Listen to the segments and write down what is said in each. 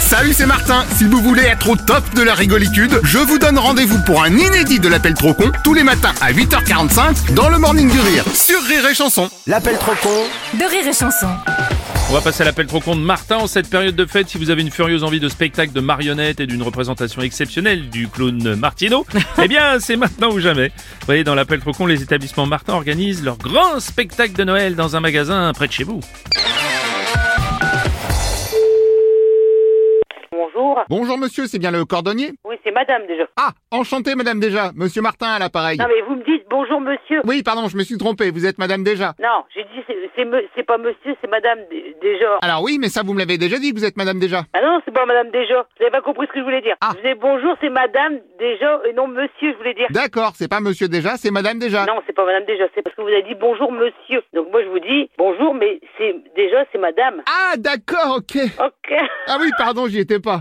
Salut, c'est Martin. Si vous voulez être au top de la rigolitude, je vous donne rendez-vous pour un inédit de l'appel trop con tous les matins à 8h45 dans le Morning du Rire sur Rire et Chanson. L'appel trop con de Rire et Chanson. On va passer à l'appel trop con de Martin en cette période de fête. Si vous avez une furieuse envie de spectacle de marionnettes et d'une représentation exceptionnelle du clown Martino, eh bien c'est maintenant ou jamais. Vous voyez, dans l'appel trop con, les établissements Martin organisent leur grand spectacle de Noël dans un magasin près de chez vous. Bonjour. Bonjour monsieur, c'est bien le cordonnier Oui, c'est madame déjà. Ah, enchanté madame déjà, monsieur Martin à l'appareil. Non, mais vous me dites bonjour monsieur. Oui, pardon, je me suis trompé, vous êtes madame déjà. Non, j'ai dit c'est- c'est me- c'est pas monsieur, c'est madame D- déjà. Alors oui, mais ça vous me l'avez déjà dit que vous êtes madame déjà. Ah non, c'est pas madame déjà. Vous avez pas compris ce que je voulais dire. Ah. Je vous ai dit bonjour, c'est madame déjà et non monsieur, je voulais dire. D'accord, c'est pas monsieur déjà, c'est madame déjà. Non, c'est pas madame déjà, c'est parce que vous avez dit bonjour monsieur. Donc moi je vous dis bonjour, mais c'est déjà c'est madame. Ah d'accord, ok. Ok. Ah oui, pardon, j'y étais pas.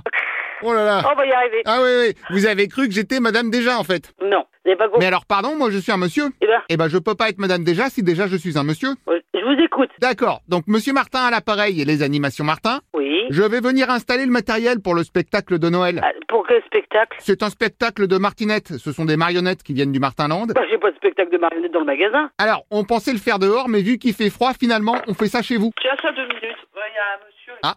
Oh là là. On va y arriver. Ah oui, oui, vous avez cru que j'étais madame déjà en fait. Non, vous avez pas Mais compris. alors pardon, moi je suis un monsieur. Eh ben, euh, Eh ben je peux pas être madame déjà si déjà je suis un monsieur. je vous écoute. D'accord, donc Monsieur Martin à l'appareil et les animations Martin, Oui. je vais venir installer le matériel pour le spectacle de Noël. Ah, Pour quel spectacle C'est un spectacle de martinettes, ce sont des marionnettes qui viennent du Martinland. bah, J'ai pas de spectacle de marionnettes dans le magasin. Alors, on pensait le faire dehors, mais vu qu'il fait froid, finalement, on fait ça chez vous. Tiens, ça deux minutes. Il y a un monsieur. Ah.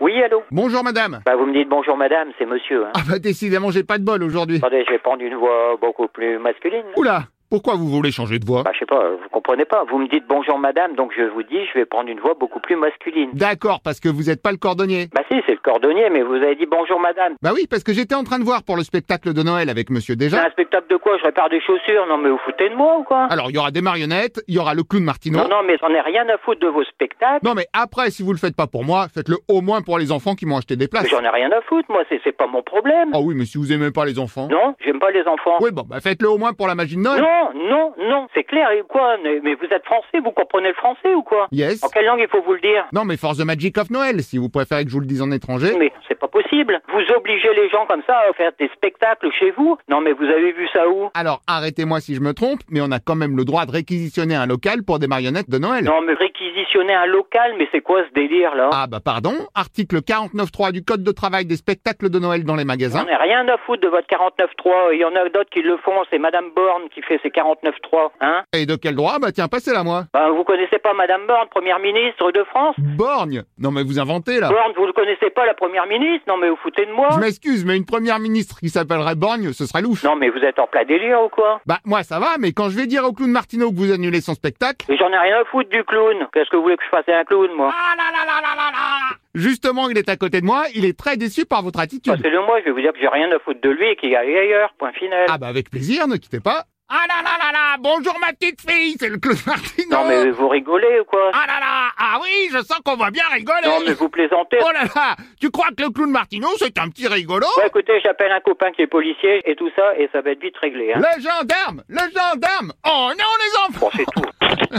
Oui, allô Bonjour madame. Bah, vous me dites bonjour madame, c'est monsieur. Hein. Ah bah décidément, j'ai pas de bol aujourd'hui. Attendez, je vais prendre une voix beaucoup plus masculine. Oula, pourquoi vous voulez changer de voix Bah, je sais pas, vous comprenez pas. Vous me dites bonjour madame, donc je vous dis, je vais prendre une voix beaucoup plus masculine. D'accord, parce que vous êtes pas le cordonnier. Bah si, c'est le cordonnier, mais vous avez dit bonjour madame. Bah oui, parce que j'étais en train de voir pour le spectacle de Noël avec monsieur C'est déjà. un spectacle de quoi Je répare des chaussures Non, mais vous foutez de moi ou quoi Alors, il y aura des marionnettes, il y aura le clown Martino. non, mais j'en ai rien à foutre de vos spectacles. Non mais après, si vous le faites pas pour moi, faites-le au moins pour les enfants qui m'ont acheté des places. J'en ai rien à foutre, moi, c'est c'est pas mon problème. Ah oui, mais si vous aimez pas les enfants. Non, j'aime pas les enfants. Oui, bon, bah faites-le au moins pour la magie de Noël. Non, non, non, c'est clair, et quoi mais, mais vous êtes français, vous comprenez le français ou quoi Yes. En quelle langue il faut vous le dire Non, mais Force the Magic of Noël, si vous préférez que je vous le dise en étranger. Mais c'est pas possible. Vous obligez les gens comme ça à faire des spectacles chez vous Non, mais vous avez vu ça où Alors, arrêtez-moi si je me trompe, mais on a quand même le droit de réquisitionner un local pour des marionnettes de Noël. Non, mais réquisitionner un local, mais c'est quoi ce délire là Ah bah pardon, article 49.3 du Code de travail des spectacles de Noël dans les magasins. J'en ai rien à foutre de votre 49.3. Il y en a d'autres qui le font. C'est Madame Borne qui fait ses 49.3. Hein Et de quel droit Bah tiens, passez-la moi. ben, Vous connaissez pas Madame Borne, première ministre de France Borgne Non mais vous inventez là. Borne, vous ne connaissez pas la première ministre Non, mais vous foutez de moi Ah. Je m'excuse, mais une première ministre qui s'appellerait Borgne, ce serait louche. Non, mais vous êtes en plein délire ou quoi Bah moi ça va, mais quand je vais dire au clown Martineau que vous annulez son spectacle, Mais J'en ai rien à foutre du clown. Qu'est-ce que vous voulez que je fasse à un clown, moi Ah, justement il est à côté de moi, il est très déçu par votre attitude. Passez-le moi, je vais vous dire que j'ai rien à foutre de lui et qu'il aille ailleurs. Point final. Ah bah avec plaisir, ne quittez pas. Ah là là là là, bonjour ma petite fille, c'est le clown Martineau. Non, mais vous rigolez ou quoi Ah là là, ah oui, je sens qu'on va bien rigoler. Non, mais vous plaisantez. Oh là là, tu crois que le clown Martineau c'est un petit rigolo Bon, écoutez, j'appelle un copain qui est policier et tout ça, et ça va être vite réglé. Hein. Le gendarme, le gendarme, oh non les enfants. Bon, c'est tout.